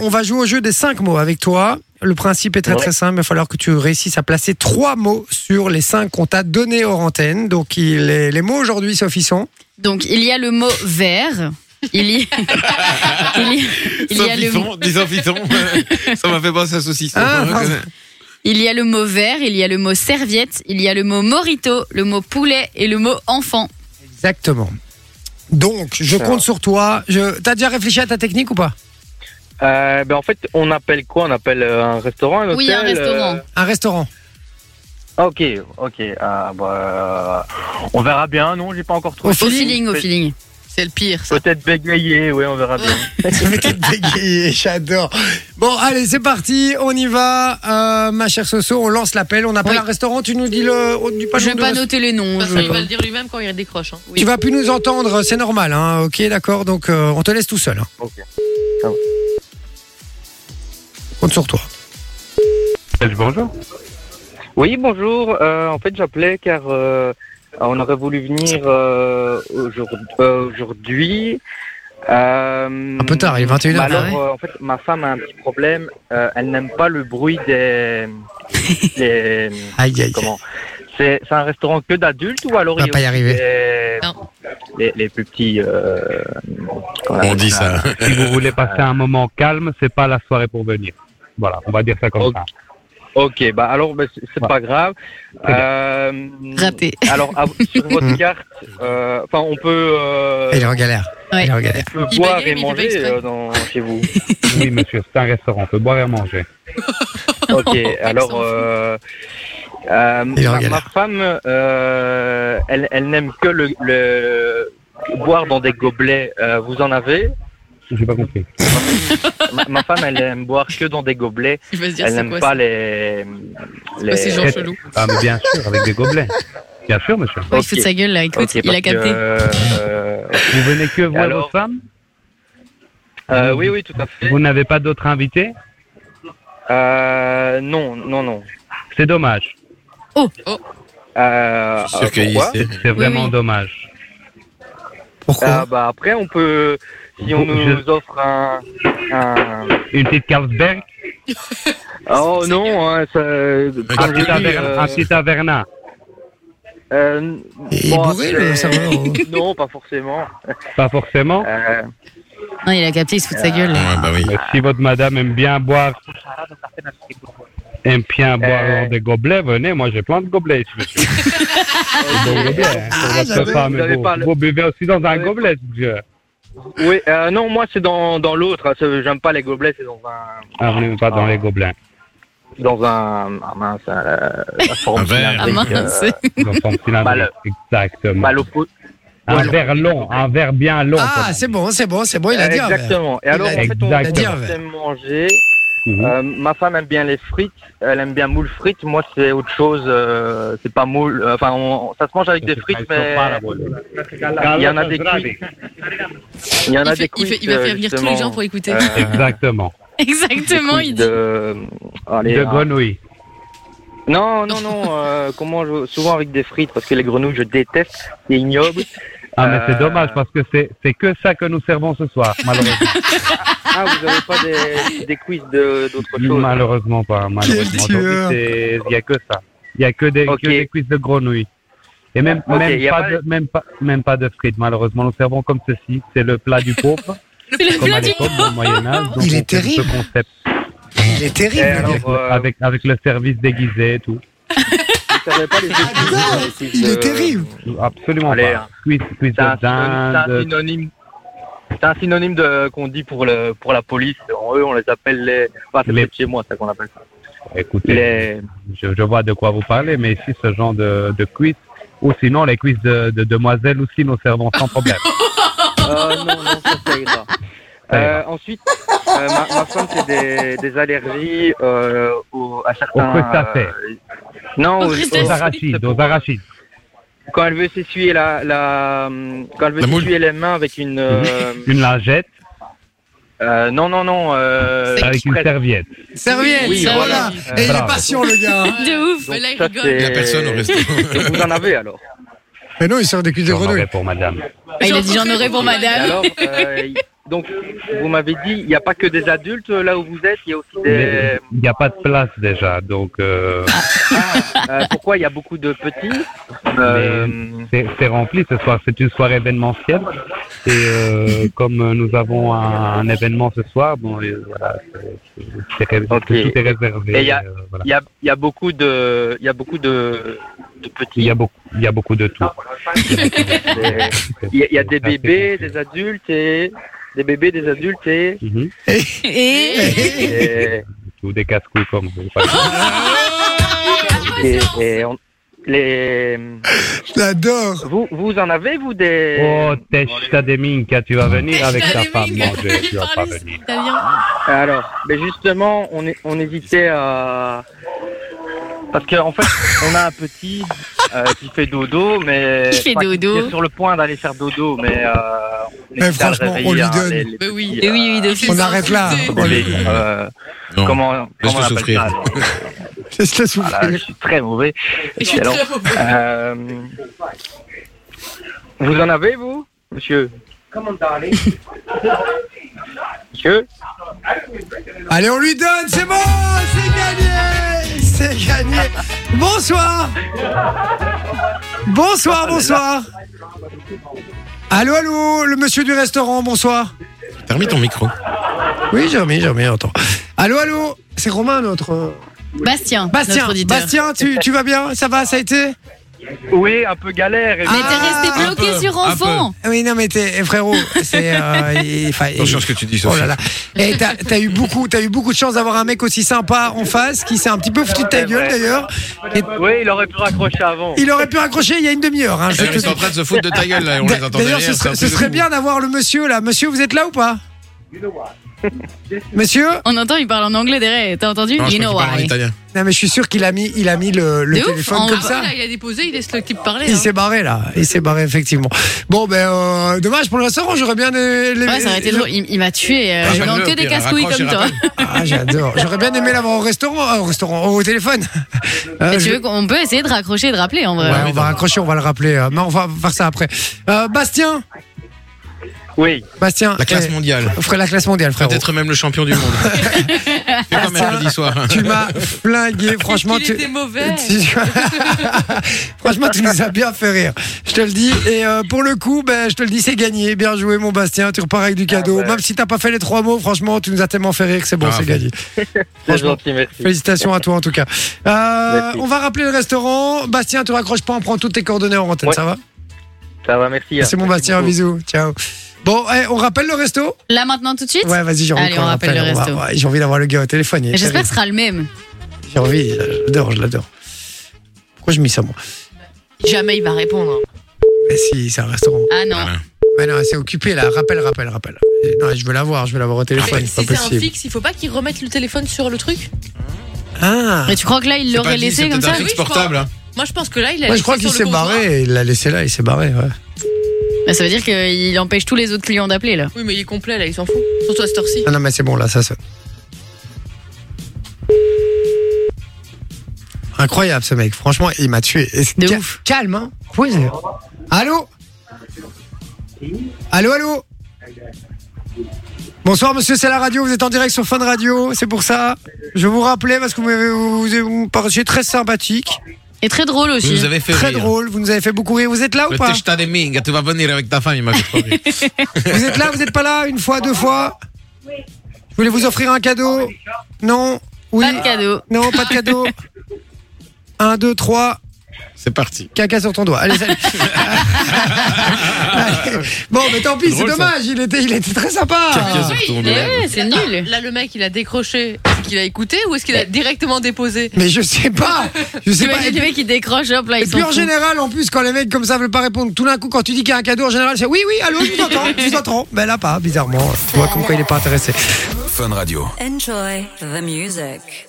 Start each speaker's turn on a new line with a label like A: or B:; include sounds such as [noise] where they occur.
A: on va jouer au jeu des cinq mots avec toi. Le principe est très
B: Ouais.
A: très simple. Il va falloir que tu réussisses à placer trois mots sur les cinq qu'on t'a donnés hors antenne. Donc il est- les mots aujourd'hui, Sophie, sont.
C: Donc, il y a le mot vert. Il y, [laughs] il y- il y a le,
D: Saucisson,
A: [laughs]
D: dis saucisson. Ça m'a fait penser à saucisson.
A: Ah, pardon.
C: il y a le mot vert, il y a le mot serviette, il y a le mot morito, le mot poulet et le mot enfant.
A: Exactement. Donc je
B: Ça.
A: compte sur toi. Je... T'as déjà réfléchi à ta technique ou pas
B: Euh, ben en fait, on appelle quoi On appelle euh, un restaurant, un
C: Oui, un
B: hôtel, euh,
C: restaurant.
A: Un restaurant.
B: Ah, ok, ok. Ah, bah, euh, on verra bien. Non, j'ai pas encore trouvé.
A: Au
C: Au
A: feeling
C: feeling, au feeling.
E: C'est le pire, ça.
B: Peut-être bégayer, oui, on verra bien.
A: Ça m'était dégayé, j'adore. Bon, allez, c'est parti, on y va. Euh, ma chère Soso, on lance l'appel. On appelle
C: Oui.
A: un restaurant, tu nous dis le. on dit pas
C: Je
A: le
C: vais
A: nom
C: pas
A: du
C: noter les noms.
E: Parce
C: je-
E: qu'il va le dire lui-même quand il décroche. hein. Oui.
A: Tu vas plus nous entendre, c'est normal, hein, ok, d'accord, donc euh, on te laisse tout seul. hein.
B: Ok, ça va.
A: Compte sur toi.
F: bonjour.
B: Oui, bonjour. Euh, en fait, j'appelais car euh, on aurait voulu venir euh, aujourd'hui- euh, aujourd'hui. Euh,
A: Un peu tard, il est 21h.
B: bah alors,
A: Ah ouais.
B: euh, en fait, ma femme a un petit problème. Euh, elle n'aime pas le bruit
A: [laughs]
B: des. des-
A: Aïe, aïe, aïe.
B: comment C'est c'est un restaurant que d'adultes ou alors
A: On va
B: il
A: pas y
B: a aussi
A: arriver.
B: des-
E: Non.
B: les, les plus petits. euh, comment
D: On
B: appelle
D: dit ça.
F: Si vous voulez passer un moment calme, c'est pas la soirée pour venir. Voilà, on va dire ça comme
B: Ok.
F: ça.
B: Ok, bah alors bah, c'est c'est
F: Ouais.
B: pas grave.
F: Très bien.
B: Euh,
E: Raté.
B: [laughs] Alors à- sur
A: Mm-hmm.
B: votre carte, euh, enfin on peut, euh,
A: Il est en galère.
C: Ouais.
A: Il est en galère.
B: on peut
E: Il
B: boire
E: bégaye,
B: et
E: mais il fait pas
B: manger
E: exprès.
B: euh, dans,
E: [laughs]
B: chez vous.
F: Oui, monsieur, c'est un restaurant, on peut boire et manger.
B: Ok,
E: Accent
B: alors euh, euh,
A: Il est en
B: ma,
A: galère.
B: ma femme, euh, elle, elle n'aime que le, le- boire dans des gobelets. Euh, vous en
E: [laughs]
B: avez
F: J'ai pas compris.
B: ma, ma femme, elle aime boire que dans des gobelets.
E: Il va se dire
B: Elle
E: c'est
B: n'aime
E: quoi
B: pas
E: ça
B: les.
E: Ouais, C'est genre
F: les-
E: chelou.
F: Ah, mais bien sûr, avec des gobelets. Bien sûr, monsieur.
C: Ouais, Oh, Il
B: Ok.
C: fout de sa gueule là, écoute,
B: Ok,
C: il a
B: parce que,
C: capté.
B: euh,
F: Vous venez que voir
B: Alors
F: votre femme
B: euh, oui, oui, tout à fait.
F: Vous n'avez pas d'autres invités
B: Euh, non, non, non.
F: C'est dommage.
C: Oh.
B: Oh. Euh,
D: Je suis sûr
B: euh,
D: qu'il
B: pourquoi
D: sait.
F: C'est vraiment
C: oui.
F: dommage.
A: Pourquoi
B: Ah, bah, Après, on peut, si on
F: Je-
B: nous offre un, un-
F: Une petite Carlsberg,
B: oh non, hein, ça,
F: un
B: comme je
F: petit,
D: oui,
B: dis,
F: Averna,
B: euh,
F: un petit Averna.
B: euh,
A: Il est
B: bon,
A: bourré, le
B: c'est-
A: serveur. ou-
B: [laughs] Non, pas forcément.
F: Pas forcément.
B: Euh,
C: Non, il a capté, il se fout de sa gueule. là.
D: Ouais, bah oui.
F: Mais si votre madame aime bien boire, aime bien boire
B: Euh.
F: dans des gobelets, venez, moi j'ai plein de gobelets ici, monsieur. Des gobelets, hein.
A: Ah,
F: Ça va
B: j'avais-
F: pas, mais
B: j'avais
F: vous-
B: pas le-
F: Vous buvez aussi dans un
B: j'avais-
F: gobelet, monsieur.
B: oui, euh, non, moi c'est dans, dans l'autre. hein, c'est- J'aime pas les gobelets, c'est dans un
F: Ah, vous n'aimez pas dans
B: Ah.
F: les gobelets. hein.
B: dans un ah, mince, euh, la forme
D: Un verre.
C: Ah
B: avec, euh,
C: [laughs] mince.
F: Dans son cylindre.
B: Bah, le-
F: Exactement.
B: bah, l'oppo-
F: un
B: le-
F: verre long, un verre bien long.
A: Ah, c'est bon, c'est bon, c'est bon, il a dit. ah, hein, un verre.
B: Exactement. Et alors, en fait, on
F: Il a dit
A: un
B: on
A: verre.
B: aime manger.
F: Mhm.
B: Euh, ma femme aime bien les frites, elle aime bien moules frites. Moi, c'est autre chose, euh, c'est pas moule. euh, Enfin, on- ça se mange avec des frites, mais Il y en a des il y en
E: Il,
B: a
E: fait-
B: des
E: il,
B: quiz.
E: fait- il va faire venir tous les gens pour écouter. [laughs]
F: Exactement.
C: Exactement, il dit.
B: De, allez,
F: de
B: euh,
F: grenouille.
B: Non, non, non. euh, comment je- souvent avec des frites parce que les grenouilles, je déteste. C'est ignoble.
F: Ah, mais c'est
B: Euh,
F: dommage parce que c'est c'est que ça que nous servons ce soir, malheureusement.
B: Ah, vous avez pas des, des quiz de- d'autre
F: Mmh,
B: chose
F: malheureusement pas. Malheureusement.
A: Quel
F: Aujourd'hui,
A: tueur.
F: c'est- Il n'y a que ça. Il n'y a que des,
B: Ok.
F: que des cuisses de grenouille. Et même,
B: Ok, il y
F: même,
B: a
F: pas
B: pas-
F: de, même, pas, même pas de frites, malheureusement. Nous servons comme ceci. C'est le
B: [laughs]
F: plat du pauvre,
C: C'est le
F: comme à
C: plat du
F: l'époque du Moyen-Âge.
A: Il est terrible.
F: Ce concept.
A: Il est terrible.
B: Eh,
A: le
B: alors,
A: gars.
F: avec, le-
B: euh,
F: avec, avec le service déguisé et tout.
B: Vous savez pas les autres
A: Ah,
B: quiz,
A: non,
B: les quiz
A: il est
B: de-
A: terrible.
F: Absolument
B: euh, Allez, hein.
F: pas. Cuisse, cuisse
B: C'est un
F: de
B: synonyme- c'est un
F: dinde.
B: synonyme. C'est un synonyme de qu'on dit pour le pour la police. En eux, on les appelle les. Enfin, c'est
F: Les-
B: peut-être chez moi, ça qu'on appelle ça.
F: Écoutez,
B: Les.
F: je, je vois de quoi vous parlez, mais ici, ce genre de, de cuisse, ou sinon les cuisses de, de demoiselles aussi, nous servons
B: [laughs]
F: sans problème.
B: Euh, non, non, ça, ça ira.
F: Ça
B: Euh, ensuite, euh, ma, ma femme c'est des, des allergies euh, au, à certains.
F: crustacés.
B: euh, non,
E: Aux
B: aux-
E: crustacés.
F: Aux arachides, aux arachides.
B: quand elle veut s'essuyer la, la quand elle veut
D: La moule.
B: s'essuyer les mains avec une.
F: [laughs]
B: euh,
F: Une lingette
B: euh, non, non, non. Euh,
F: avec une
B: presse.
F: serviette.
A: Serviette,
B: Oui,
A: voilà.
B: voilà.
A: Et il est
F: Bravo.
A: patient, le gars. hein.
C: De ouf.
E: Mais là, il
B: ça,
E: rigole.
B: c'est-
D: Il n'y a personne
A: [laughs]
D: au restaurant.
B: Et vous en avez alors.
A: Mais non, il sort des cuisses de
F: J'en aurais
A: grenouille.
F: pour madame.
C: Ah, il a dit j'en aurais pour
B: Et
C: madame.
B: alors, euh, il donc, vous m'avez dit, il n'y a pas que des adultes euh, là où vous êtes, il y a aussi des. Ah.
F: Mais Il n'y a pas de place déjà, donc euh,
B: Euh, pourquoi il y a beaucoup de petits Euh,
F: c'est c'est rempli ce soir. C'est une soirée événementielle.
B: [laughs]
F: Et euh, comme nous avons un, un événement ce soir, bon, et voilà, c'est- c'est- c'est-
B: Ok.
F: tout est réservé.
B: Et il y a-
F: euh, voilà.
B: Il y a, il y a beaucoup de, il y a beaucoup de, de petits.
F: Il y a beaucoup, il y a beaucoup de tout.
B: Des- Ah. [laughs] Il y, a- il y a des bébés, des adultes et des bébés, des adultes et,
F: Mhm.
E: Et.
B: et,
F: Ou des casse-couilles comme
B: [laughs]
F: vous. Voilà.
B: et- et on- les.
A: J'adore.
B: Vous, vous en avez vous des
F: Oh, Teshta Deminka, tu vas venir avec ta
E: Teshta
F: femme
E: Deminka.
F: manger, tu vas pas
E: Parle
F: venir.
E: italien.
B: Alors, mais justement, on, est- on hésitait à parce qu'en fait, on a un petit euh, qui fait dodo, mais
C: Qui fait
B: enfin,
C: dodo.
B: est sur le point d'aller faire dodo, mais. Euh, on
A: Mais
B: hésitait à le
A: franchement, on
B: réveiller,
A: lui
B: hein,
A: donne.
B: les- les
C: Bah
E: Ben oui.
B: petits,
E: Eh oui, oui, de
A: On arrête là.
E: [laughs]
D: On
B: les-
D: lui-
B: euh,
D: Non.
B: comment comment on
D: Laisse-le
B: appelle
D: souffrir.
B: ça
A: Laisse-le souffler.
B: Voilà, je suis très mauvais.
E: Je suis
B: Alors,
E: très mauvais.
B: euh, vous en avez, vous, monsieur Monsieur
A: Allez, on lui donne, c'est bon, c'est gagné, c'est gagné. Bonsoir. Bonsoir, bonsoir. Allô, allô, le monsieur du restaurant, bonsoir.
D: T'as remis ton micro.
A: Oui, j'ai remis, j'ai remis, attends. Allô, allô, c'est Romain, notre... euh,
C: Bastien.
A: Bastien,
E: Notre auditeur.
A: Bastien, tu, tu vas bien Ça va, ça a été
B: Oui, un peu galère.
C: Mais
B: évidemment.
A: Ah,
C: t'es resté
D: un
C: bloqué
D: peu,
C: sur
D: un
C: enfant.
A: Oui, non, mais t'es, eh, frérot, c'est... euh, il- enfin, il-
D: Attention à ce que tu dis,
A: Oh
D: Sophie.
A: là là. Et t'as, t'as eu beaucoup, t'as eu beaucoup de chance d'avoir un mec aussi sympa en face, qui s'est un petit peu foutu de ta
B: Ouais,
A: gueule
B: ouais.
A: d'ailleurs.
B: Oui, il aurait pu raccrocher avant.
A: Il aurait pu raccrocher il y a une demi-heure. Hein, je
D: Eh,
A: te
D: Ils sont en train de se foutre de ta gueule, là. On les entend
A: D'ailleurs, ce
D: derrière. c'est un
A: serait,
D: peu
A: ce serait
D: de
A: bien d'avoir le monsieur là. Monsieur, vous êtes là ou pas Monsieur
C: On entend, il parle en anglais derrière. T'as entendu
D: fou. Non, je
C: You
D: crois
C: know
D: qu'il parle en
C: why.
D: italien.
A: Non, mais je suis sûr qu'il a mis, il a mis le, le
C: De ouf,
A: téléphone
C: en
A: comme
C: bas,
A: ça.
E: Voilà, Ah, il a déposé, il laisse le type parler.
A: Il
E: hein.
A: s'est barré là, il s'est barré effectivement. Bon ben euh, dommage pour le restaurant, j'aurais bien aimé les-
C: Ouais, ça aurait été drôle. Il, il m'a tué. euh,
D: Rappelle-le,
C: non, que des
D: Pierre,
C: casse-couilles
D: raccroche et
C: comme toi.
D: rappelle.
A: Ah, j'adore. J'aurais bien aimé l'avoir au restaurant, euh, au restaurant, au
C: [laughs]
A: téléphone. Euh,
C: Et
A: je-
C: tu veux qu'on peut essayer de raccrocher et de rappeler en vrai.
A: Ouais, on va raccrocher, on va le rappeler. euh, mais on va faire ça après. Euh, Bastien,
B: Oui,
A: Bastien,
D: La classe
A: eh,
D: mondiale.
A: frère, la classe mondiale, frérot.
D: Peut-être même le champion du monde.
A: [laughs]
D: Fais comme mercredi soir.
A: Ah, Tu
D: [laughs]
A: m'as flingué, franchement.
E: Il
A: tu...
E: était mauvais.
A: Tu- Franchement, tu nous as bien fait rire. Je te le dis. Et euh, pour le coup, ben, je te le dis, c'est gagné. Bien joué, mon Bastien. Tu repars avec du cadeau.
B: ouais.
A: Même si t'as pas fait les trois mots, franchement, tu nous as tellement fait rire que c'est bon,
D: Ah,
A: c'est
D: bon.
A: gagné.
B: c'est
A: Franchement.
B: gentil, merci.
A: Félicitations à toi, en tout cas. Euh,
B: Merci.
A: on va rappeler le restaurant. Bastien, te raccroche pas, on prend toutes tes coordonnées en antenne,
B: Ouais.
A: ça va
B: Ça va, merci. hein.
A: C'est mon
B: Merci
A: Bastien,
B: beaucoup.
A: bisous. Ciao. Bon, eh, on rappelle le resto
C: Là maintenant tout de suite
A: Ouais, vas-y, j'ai envie
C: Allez,
A: qu'on
C: on rappelle le
A: on va-
C: resto.
A: ouais, J'ai envie d'avoir le gars au téléphone. il est
C: Mais
A: terrible.
C: J'espère que ce sera le même.
A: J'ai envie, je l'adore, je l'adore. Pourquoi je mis ça, moi
E: Jamais il va répondre.
A: Eh si, c'est un restaurant.
C: Ah non.
D: Voilà.
A: Mais non, elle s'est occupée là. Rappel, rappel, rappel. Et Non, je veux la voir, je veux la voir au téléphone.
E: Mais
A: c'est
E: si
A: pas
E: c'est un
A: possible.
E: fixe, il faut pas qu'il remette le téléphone sur le truc
A: Ah
C: Mais tu crois que là il
D: C'est pas
C: l'aurait
D: dit,
C: laissé
D: c'est
C: comme
D: peut-être
C: ça
D: un fixe
E: Oui, je crois.
D: portable. hein.
E: Moi, je pense que là, il
A: Moi,
E: a.
A: je
E: laissé
A: crois qu'il
E: sur le
A: s'est
E: comptoir.
A: barré. Il l'a laissé là, il s'est barré. Ouais.
C: Bah, Ça veut dire qu'il empêche tous les autres clients d'appeler là.
E: Oui, mais il est complet là, il s'en fout. Surtout à cette heure-ci.
A: Ah non, mais c'est bon là, ça sonne. Incroyable ce mec. Franchement, il m'a tué. Et c'est
C: De
A: ca-
C: ouf.
A: Calme, hein. Posé. Allô Allô, allô Bonsoir monsieur, c'est la radio, vous êtes en direct sur Fun Radio, c'est pour ça. Je vous rappelais parce que vous m'avez- vous, vous- vous me paraissez très sympathique.
C: Et très drôle
D: Vous
C: aussi.
D: nous avez fait
A: Très
D: rire.
A: drôle, vous nous avez fait beaucoup rire. Vous êtes là ou
D: Le
A: pas
D: Teshta des Minga, tu vas venir avec ta femme, il m'a fait trop rire.
A: Vous êtes là, vous n'êtes pas là Une fois, deux fois Je voulais vous offrir un cadeau. Non Oui
C: Pas de cadeau.
A: Non, pas de cadeau. Un, deux, trois,
D: C'est parti.
A: caca sur ton doigt. Allez,
D: [laughs]
A: salut. Allez. Bon, mais tant pis, c'est
D: Drôle, ça.
A: dommage, il était, il était très
D: Caca
A: sympa.
D: sur ton
C: Mais
D: doigt.
C: ouais, c'est nul.
E: Là, le mec, il a décroché. Est-ce qu'il a écouté ou est-ce qu'il a directement déposé
A: Mais je sais pas, je sais pas. Et
C: T'imagines le mec qui décroche, hop là,
A: et
C: il
A: puis en
C: s'en fout.
A: général, en plus, quand les mecs comme ça veulent pas répondre, tout d'un coup, quand tu dis qu'il y a un cadeau, en général, c'est oui, oui, allô, je vous entends, je vous entends. Ben là, pas, bizarrement. Tu vois comme quoi il est pas intéressé.
G: Enjoy the music.